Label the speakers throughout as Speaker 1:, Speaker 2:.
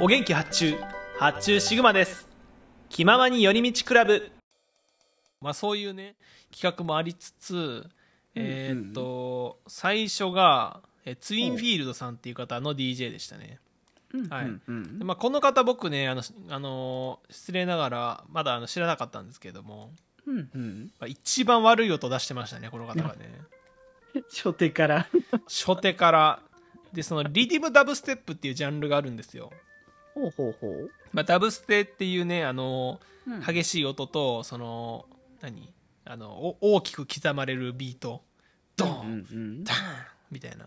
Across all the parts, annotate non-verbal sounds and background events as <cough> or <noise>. Speaker 1: お元気発注発注シグマです気ままに寄り道クラブまあそういうね企画もありつつえーっと最初がえツインフィールドさんっていう方の DJ でしたねはい
Speaker 2: うんうん
Speaker 1: でまあ、この方僕ねあの、しあのー失礼ながらまだあの知らなかったんですけども、
Speaker 2: うんうん <laughs>
Speaker 1: まあ、一番悪い音出してましたねこの方がね
Speaker 2: 初手から。
Speaker 1: 初手からでそのリディムダブステップっていうジャンルがあるんですよ、
Speaker 2: ほうほうほう。
Speaker 1: まあ、ダブステっていうねあのー
Speaker 2: げ
Speaker 1: 激しい音とその何あのお大きく刻まれるビートドーン、
Speaker 2: うん
Speaker 1: ダーンみたいな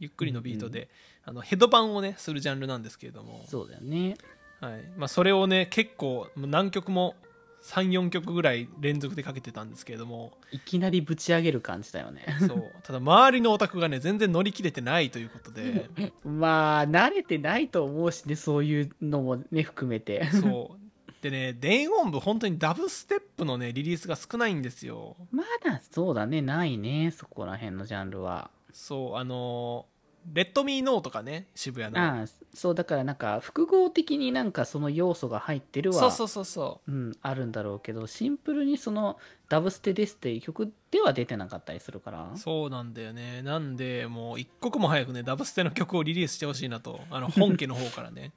Speaker 1: ゆっくりのビートで、あのヘドバンをねするジャンルなんですけれども
Speaker 2: そうだよね。
Speaker 1: はいまあ、それをね結構もう何曲も34曲ぐらい連続でかけてたんですけれど
Speaker 2: <laughs>
Speaker 1: も
Speaker 2: いきなりぶち上げる感じだよね。
Speaker 1: そうただ周りのオタクがね全然乗り切れてないということで
Speaker 2: <laughs> まあ、慣れてないと思うしね、そういうのもね、含めて。
Speaker 1: そうでね電音部本当にダブステップのねリリースが少ないんですよ
Speaker 2: <laughs> まだそうだね、ないね、そこら辺のジャンルは。
Speaker 1: そうあのーレッドミーノーとかね渋谷の
Speaker 2: ああ、そう、だからなんか、複合的になんかその要素が入ってるは。
Speaker 1: そうそうそうそ
Speaker 2: うん、あるんだろうけどシンプルにそのダブステですっていう曲では出てなかったりするから
Speaker 1: うそうなんだよねなんでもう一刻も早くねダブステの曲をリリースしてほしいなとあの本家の方から
Speaker 2: <laughs>
Speaker 1: ね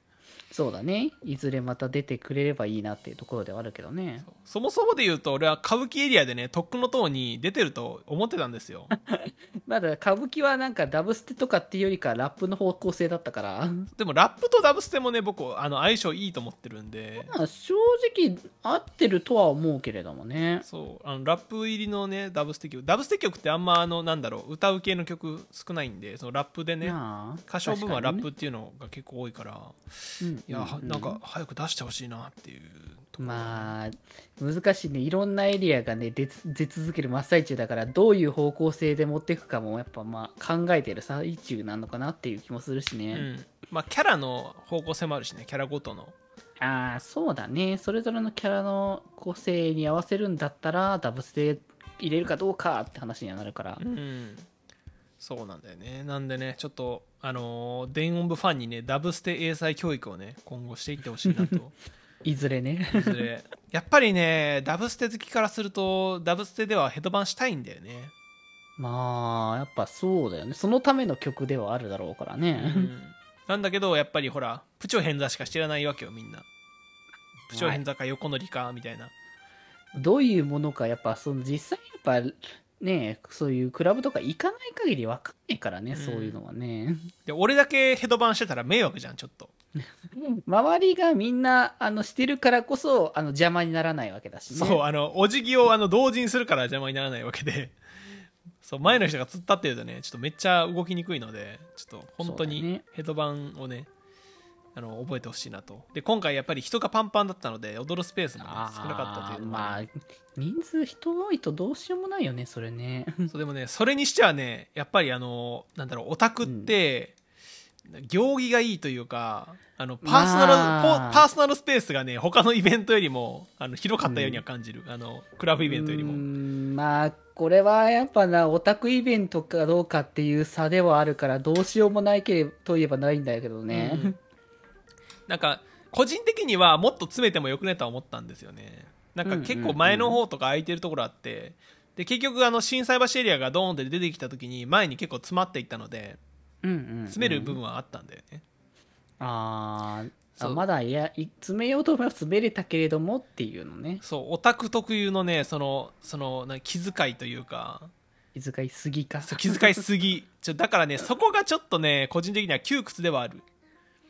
Speaker 2: そうだねいずれまた出てくれればいいなっていうところではあるけどね
Speaker 1: そもそもで言うと俺は歌舞伎エリアでねとっくの塔に出てると思ってたんですよ
Speaker 2: まだ歌舞伎はなんかダブステとかっていうよりかラップの方向性だったから
Speaker 1: でもラップとダブステもね僕あの相性いいと思ってるんで
Speaker 2: まあ正直合ってるとは思うけれどもね
Speaker 1: そうあのラップ入りのねダブステ曲ダブステ曲ってあんまあのなんだろう歌う系の曲少ないんでそのラップでね
Speaker 2: なあ
Speaker 1: 歌唱部分はラップ
Speaker 2: 確
Speaker 1: っていうのが結構多いから
Speaker 2: かにね
Speaker 1: いや、は
Speaker 2: うう
Speaker 1: なんか早く出してほしいなっていうところ
Speaker 2: まあ難しいねいろんなエリアがね出つ出続ける真っ最中だからどういう方向性で持っていくかもやっぱまあ考えてる最中なのかなっていう気もするし
Speaker 1: う
Speaker 2: ね、
Speaker 1: んまあキャラの方向性もあるしねキャラごとの
Speaker 2: ああそうだねそれぞれのキャラの個性に合わせるんだったらダブスで入れるかどうかって話にはなるから、
Speaker 1: うん、そうなんだよねなんでねちょっとあのー電音部ファンにねダブステ英才教育をね今後していってほしいな <laughs> と
Speaker 2: いずれね
Speaker 1: いずれやっぱりねダブステ好きからするとダブステではヘッドバンしたいんだよね、
Speaker 2: まあやっぱそうだよねそのための曲ではあるだろうから
Speaker 1: う
Speaker 2: ね、
Speaker 1: ん、なんだけどやっぱりほらプチョ偏座しか知らないわけよみんなプチョ偏座か横乗りかみたいな、
Speaker 2: どういうものかやっぱその実際やっぱねそういうクラブとか行かない限り分かんないからね、
Speaker 1: ん
Speaker 2: そういうのはね
Speaker 1: で俺だけヘッドバンしてたら迷惑じゃんちょっと
Speaker 2: 周りがみんなあのしてるからこそあの邪魔にならないわけだしね
Speaker 1: そうあのお辞儀をあの同時にするから邪魔にならないわけで <laughs> そう前の人が突っ立ってるとねちょっとめっちゃ動きにくいのでちょっと本当
Speaker 2: そうだ
Speaker 1: に
Speaker 2: ね
Speaker 1: ヘッドバンをねあの覚えてほしいなとで今回やっぱり人がパンパンだったので踊るスペースもね、
Speaker 2: あー
Speaker 1: 少なかったというのが
Speaker 2: ま
Speaker 1: ね
Speaker 2: あ人数人多いとどうしようもないよねそれね
Speaker 1: そうでもねそれにしてはねやっぱりあのなんだろうオタクって、行儀がいいというかあのパーソナル、
Speaker 2: まあ
Speaker 1: ポパーソナルスペースがね他のイベントよりもあの広かったようには感じる、あのクラブイベントよりも。
Speaker 2: うーんまあこれはやっぱなオタクイベントかどうかっていう差ではあるからどうしようもないけれといえばないんだけどね、
Speaker 1: うんなんか個人的にはもっと詰めてもよくねとは思ったんですよねなんか結構前の方とか空いてるところあって、で結局あの心斎橋エリアがドーンって出てきた時に前に結構詰まっていったので
Speaker 2: うんうんうん
Speaker 1: 詰める部分はあったんだよね、
Speaker 2: あーあ
Speaker 1: そう
Speaker 2: まだいやい詰めようと思えば詰めれたけれどもっていうのね
Speaker 1: そうオタク特有のねそのそのな気遣いというか
Speaker 2: 気遣いすぎか
Speaker 1: そう気遣いすぎちょだからねそこがちょっとね個人的には窮屈ではある、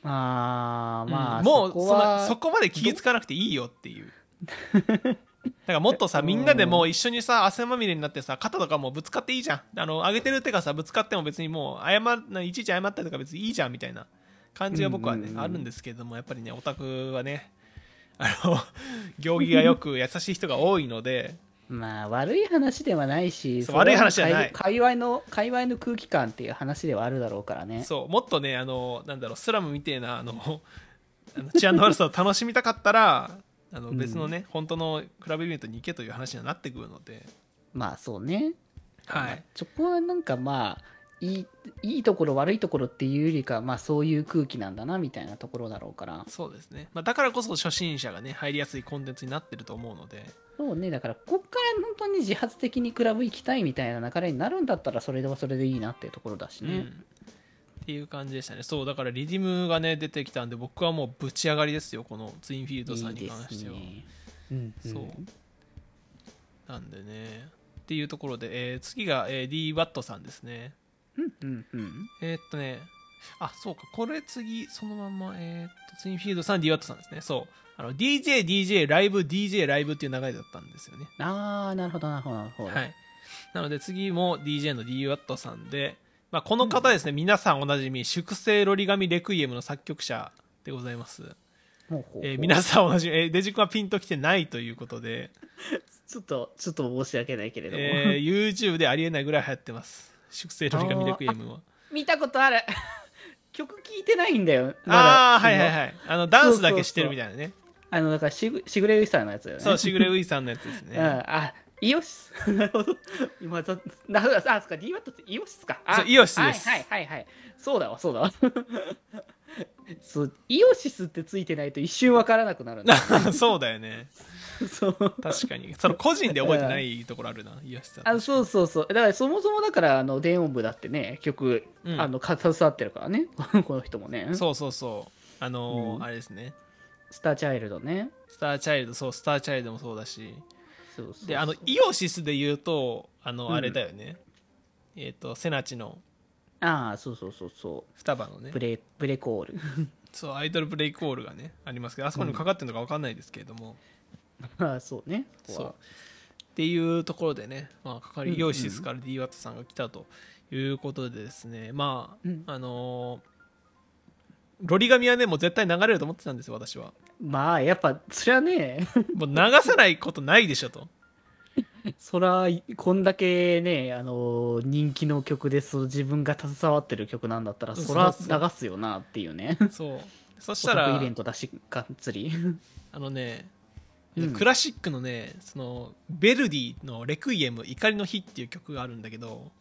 Speaker 2: あーまあ、
Speaker 1: うんもう
Speaker 2: そこ
Speaker 1: その
Speaker 2: は
Speaker 1: そこまで気付かなくていいよっていう
Speaker 2: <laughs>
Speaker 1: だからもっとさみんなでもう一緒にさ汗まみれになってさ肩とかもうぶつかっていいじゃんあの上げてる手がさぶつかっても別にもう謝ないちいち謝ったりとか別にいいじゃんみたいな感じが僕はね、
Speaker 2: うんうんうん
Speaker 1: あるんですけれどもやっぱりねオタクはねあの <laughs> 行儀がよく優しい人が多いので
Speaker 2: まあ悪い話ではないし、
Speaker 1: そう
Speaker 2: それは
Speaker 1: 悪い話じゃない
Speaker 2: 界界隈の界隈の空気感っていう話ではあるだろうからね。
Speaker 1: そうもっとねあのなんだろうスラムみてえなあのあの治安の悪さを楽しみたかったらあの
Speaker 2: ん
Speaker 1: 別のね、本当のクラブイベントに行けという話にはなってくるので、
Speaker 2: まあそうね。
Speaker 1: はい、
Speaker 2: そこはなんかまあいいいいところ悪いところっていうよりかまあそういう空気なんだなみたいなところだろうから
Speaker 1: そうですね、まあ、だからこそ初心者がね入りやすいコンテンツになってると思うので
Speaker 2: そうねだからこっから本当に自発的にクラブ行きたいみたいな流れになるんだったらそれではそれでいいなっていうところだし
Speaker 1: う
Speaker 2: ね、
Speaker 1: んっていう感じでしたねそうだからリディムがね出てきたんで僕はもうぶち上がりですよこのツインフィールドさん
Speaker 2: いい
Speaker 1: に
Speaker 2: で
Speaker 1: 関し
Speaker 2: す
Speaker 1: ては
Speaker 2: ねうんうん
Speaker 1: そうなんでねっていうところで、えー次が、えー、DWAT さんですね
Speaker 2: うんうんうん
Speaker 1: えーっとねあそうかこれ次そのまんまえーっとツインフィールドさん DWAT さんですねそうあの DJDJ ライブ DJ ライブっていう流れだったんですよね
Speaker 2: ああなるほどなるほどなるほど、
Speaker 1: はい、なので次も DJ の DWAT さんで、まあ、この方ですね、皆さんおなじみ粛清ロリガミレクイエムの作曲者でございます、
Speaker 2: ほうほうほう
Speaker 1: えー皆さんおなじみ、えーデジ君はピンときてないということで、
Speaker 2: ちょっとちょっと申し訳ないけれども、
Speaker 1: えー YouTube でありえないぐらい流行ってます粛清ロリガミレクイエムは
Speaker 2: 見たことある <laughs> 曲聴いてないんだよ
Speaker 1: ああーはいはい
Speaker 2: い
Speaker 1: はいあのダンスだけしてるみたいなね
Speaker 2: あのだからしぐしぐれうさんのやつだよね
Speaker 1: そうしぐれウイさんのやつです
Speaker 2: うん、
Speaker 1: ね
Speaker 2: あイオシ
Speaker 1: <laughs>
Speaker 2: スなるほど今ざなるほどあそっか DWAT ってイオシスかあ
Speaker 1: そうイオシスです
Speaker 2: はいはいはいはいそうだわそうだわ <laughs> そうイオシスってついてないと一瞬わからなくなるんだ
Speaker 1: <laughs> そうだよね
Speaker 2: <laughs> そう
Speaker 1: 確かにその個人で覚えてないところあるなイヤシさん
Speaker 2: あそうそうそうだからそもそもだからあの電音部だってね曲、
Speaker 1: うん
Speaker 2: あの携わってるからね <laughs> この人もね
Speaker 1: そうそうそうあのー
Speaker 2: うん
Speaker 1: あれですね
Speaker 2: スターチャイルドね
Speaker 1: スターチャイルド、そう、スターチャイルドもそうだし。
Speaker 2: そうそうそう
Speaker 1: で、あの、イオシスで言うと、あ
Speaker 2: う
Speaker 1: の、
Speaker 2: ん
Speaker 1: あれだよね。えっ、と、セナチの
Speaker 2: ああそうそうそうそ
Speaker 1: 双葉のね
Speaker 2: うブ、レブレコール <laughs>
Speaker 1: そう、アイドルブレイクオールがね、ありますけど、あそこにもかかってるのか分かんないですけれども、
Speaker 2: ああそうねここ
Speaker 1: そ
Speaker 2: は
Speaker 1: う。っていうところでね、まあ、かか
Speaker 2: うんう
Speaker 1: り、
Speaker 2: ん
Speaker 1: イオシスから DWAT さんが来たということでですね、ま
Speaker 2: うん
Speaker 1: あ、あのーロリガミはね、もう絶対流れると思ってたんですよ、私は。
Speaker 2: まあやっぱそりゃね
Speaker 1: もう流さないことないでしょと。
Speaker 2: そりゃこんだけねあの人気の曲でそう自分が携わってる曲なんだったら
Speaker 1: そう
Speaker 2: そ
Speaker 1: そう
Speaker 2: りゃ流すよなっていうね
Speaker 1: そう。そし
Speaker 2: オ
Speaker 1: た
Speaker 2: タク
Speaker 1: ら
Speaker 2: イベ、ントだしがっつり <laughs>
Speaker 1: あのね、
Speaker 2: うん
Speaker 1: クラシックのね、その、ベルディのレクイエム怒りの日っていう曲があるんだけど、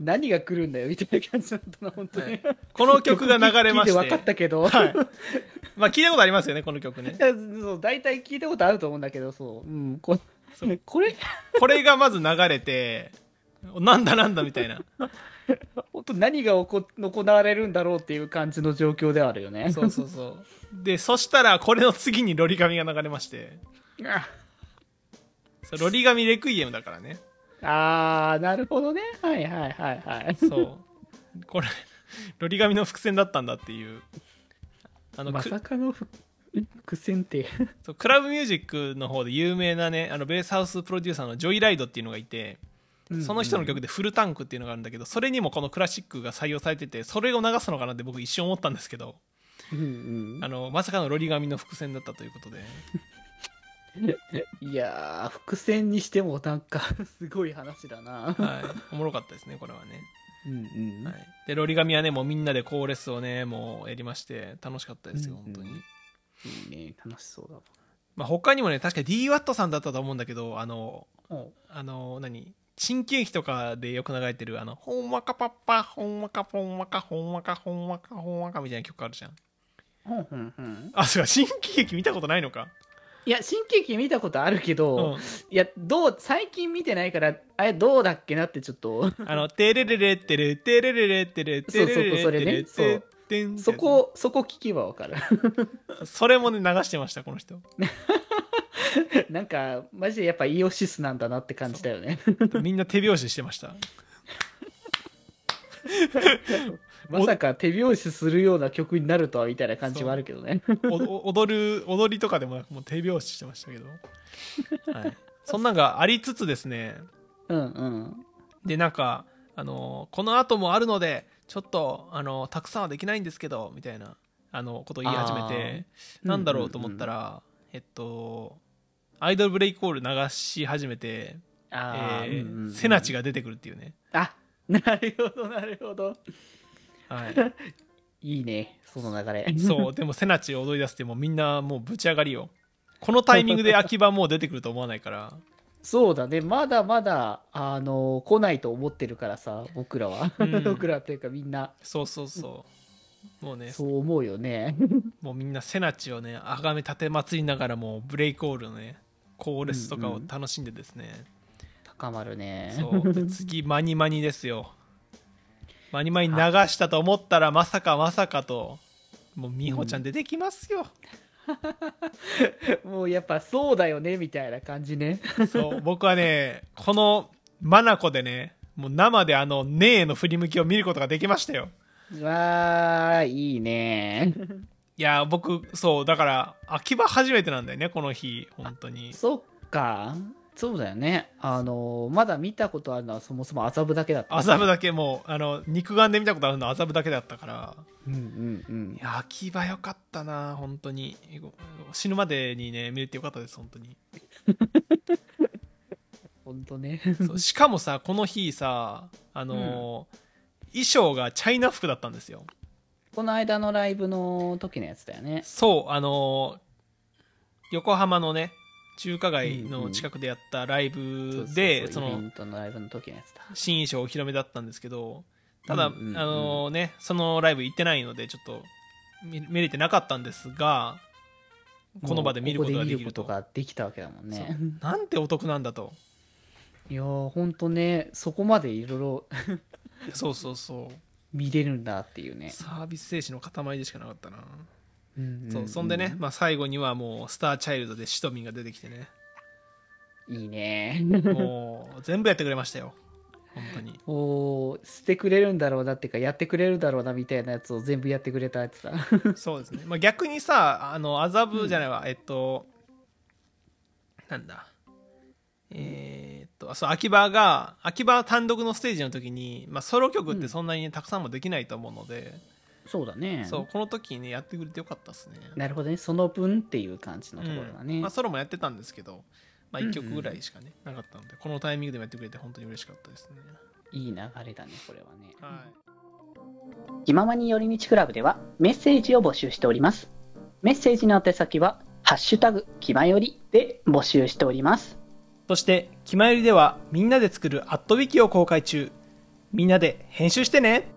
Speaker 2: 何が来るんだよみたいな感じだったな本当に、
Speaker 1: はいこの曲が流れまし、
Speaker 2: 聞いて分かってたけど、
Speaker 1: はい。まあ聞いたことありますよね、この曲ね
Speaker 2: い。や <laughs> そう大体聞いたことあると思うんだけどそう、うん、こ
Speaker 1: そう
Speaker 2: <laughs> これ
Speaker 1: これがまず流れて、なんだなんだみたいな。
Speaker 2: 本当何が起こ行われるんだろうっていう感じの状況ではあるよね
Speaker 1: そうそうそう。で、そしたら、これの次にロリガミが流れまして、
Speaker 2: あ
Speaker 1: そうロリガミレクイエムだからね。
Speaker 2: あーなるほどねはいはいはいはい
Speaker 1: そう。これ、ロリガミの伏線だったんだっていう。あの、
Speaker 2: ま
Speaker 1: く
Speaker 2: さかの伏伏線って
Speaker 1: そうクラブミュージックの方で有名なねあのベースハウスプロデューサーのジョイ・ライドっていうのがいてその人の曲で「フルタンク」っていうのがあるんだけどそれにもこのクラシックが採用されててそれを流すのかなって僕一瞬思ったんですけど
Speaker 2: うんうん
Speaker 1: あのまさかのロリガミの伏線だったということで
Speaker 2: <laughs> いやー伏線にしてもなんか <laughs> すごい話だな
Speaker 1: はいおもろかったですねこれはね、
Speaker 2: うんうん、
Speaker 1: はい、でロリガミはねもうみんなでコーレスをねもうやりまして楽しかったですよ
Speaker 2: うん
Speaker 1: 本当に、
Speaker 2: いいね楽しそうだ
Speaker 1: まあ、他にもね確か DWAT さんだったと思うんだけどあの
Speaker 2: わ
Speaker 1: あの何新喜劇とかでよく流れてるあの「ほんわかパッパほんわかほんわかほんわかほんわかほんわか」みたいな曲あるじゃん
Speaker 2: ほんほんほん
Speaker 1: あそうか新喜劇見たことないのか
Speaker 2: いや新喜劇見たことあるけど、
Speaker 1: うん
Speaker 2: いやどう最近見てないからあれどうだっけなってちょっと
Speaker 1: あの「テレレレってるテレレレってる
Speaker 2: そ
Speaker 1: テ
Speaker 2: うそう
Speaker 1: レレレ
Speaker 2: それ
Speaker 1: レ
Speaker 2: ね
Speaker 1: ってるてん」
Speaker 2: そこそこ聞けばわかる <laughs>
Speaker 1: それもね流してましたこの人
Speaker 2: なんかマジでやっぱイオシスなんだなって感じだよね
Speaker 1: みんな手拍子してましたお
Speaker 2: <laughs> まさか手拍子するような曲になるとはみたいな感じはあるけどね
Speaker 1: おお踊る踊りとかでもなくもう手拍子してましたけど、はい、そんなんがありつつですね
Speaker 2: うんうん
Speaker 1: でなんかあのこの後もあるのでちょっとあのたくさんはできないんですけどみたいなあのことを言い始めて
Speaker 2: あー
Speaker 1: なんだろうと思ったら、えっとアイドルブレイクオール流し始めて、
Speaker 2: ああ、
Speaker 1: え
Speaker 2: う
Speaker 1: ー
Speaker 2: んうんうん
Speaker 1: セナチが出てくるっていうね、
Speaker 2: あ <laughs> なるほどなるほど <laughs>
Speaker 1: はい、
Speaker 2: いいねその流れ
Speaker 1: そうでもセナチを踊り出すってもうみんなもうぶち上がりよこのタイミングで秋葉もう出てくると思わないから
Speaker 2: <laughs> そうだねまだまだあの来ないと思ってるからさ僕らは、
Speaker 1: うん
Speaker 2: <laughs> 僕らというかみんな
Speaker 1: そうそうそうもうね
Speaker 2: そう思うよね <laughs>
Speaker 1: もうみんなセナチをねあがめ立てまつりながらもうブレイクオールのねコーレスとかを楽しんでですね、
Speaker 2: 高まるね
Speaker 1: そうで次マニマニですよマニマニ流したと思ったらまさかまさかともう美穂ちゃん出てきますよ、
Speaker 2: <laughs> もうやっぱそうだよねみたいな感じね
Speaker 1: そう僕はねこのマナコでねもう生であの「ねえ」の振り向きを見ることができましたよ
Speaker 2: うわーいいね
Speaker 1: いや僕そうだから秋葉初めてなんだよねこの日本当に
Speaker 2: そっかそうだよねあのまだ見たことあるのはそもそも麻布だけだった、
Speaker 1: 麻布だけもうあの肉眼で見たことあるのは麻布だけだったから
Speaker 2: うんうんうん
Speaker 1: いや秋葉よかったな本当にご死ぬまでにね見れてよかったです本当に
Speaker 2: ほんとね <laughs>
Speaker 1: そうしかもさこの日さあのー衣装がチャイナ服だったんですよ
Speaker 2: この間のライブの時のやつだよね
Speaker 1: そうあのー横浜のね中華街の近くでやったライブで、
Speaker 2: そうそうそうイ
Speaker 1: そ
Speaker 2: ベ
Speaker 1: の
Speaker 2: ントのライブの時のやつだ
Speaker 1: 新衣装お披露目だったんですけどただ、
Speaker 2: うんうんうん
Speaker 1: あのーねそのライブ行ってないのでちょっと見見れてなかったんですがこの場で見ることができると
Speaker 2: もうここで見ることができたわけだもんね
Speaker 1: なんてお得なんだと
Speaker 2: いやーほんとねそこまでいろいろ
Speaker 1: そうそうそう
Speaker 2: <laughs> 見れるんだっていうね、
Speaker 1: サービス精神の塊でしかなかったな、
Speaker 2: うんうんうん
Speaker 1: そうそんでね、まあ、最後にはもうスターチャイルドでシトミンが出てきて <laughs> ね
Speaker 2: いいね <laughs>
Speaker 1: もう全部やってくれましたよ本当 <laughs> に
Speaker 2: おーしてくれるんだろうなっていうかやってくれるだろうなみたいなやつを全部やってくれたやつだ <laughs>
Speaker 1: そうですね、まあ、逆にさあの麻布じゃないわ、えっとなんだえーっとあそう秋葉が秋葉単独のステージの時に、まあ、ソロ曲ってそんなに、ねたくさんもできないと思うので、
Speaker 2: そうだね
Speaker 1: そうこの時にねやってくれてよかったですね
Speaker 2: なるほどねその分っていう感じのところだね、
Speaker 1: うんまあ、ソロもやってたんですけど、まあ、
Speaker 2: うんう
Speaker 1: 1
Speaker 2: ん
Speaker 1: 曲ぐらいしかね、なかったのでこのタイミングでもやってくれて本当に嬉しかったですね、
Speaker 2: いい流れだねこれはね
Speaker 1: はい
Speaker 2: 気ままに寄り道クラブではメッセージを募集しておりますメッセージの宛先は「ハッシュタグ気まより」で募集しております
Speaker 1: そして、キマよりではみんなで作るアットウィキを公開中。みんなで編集してね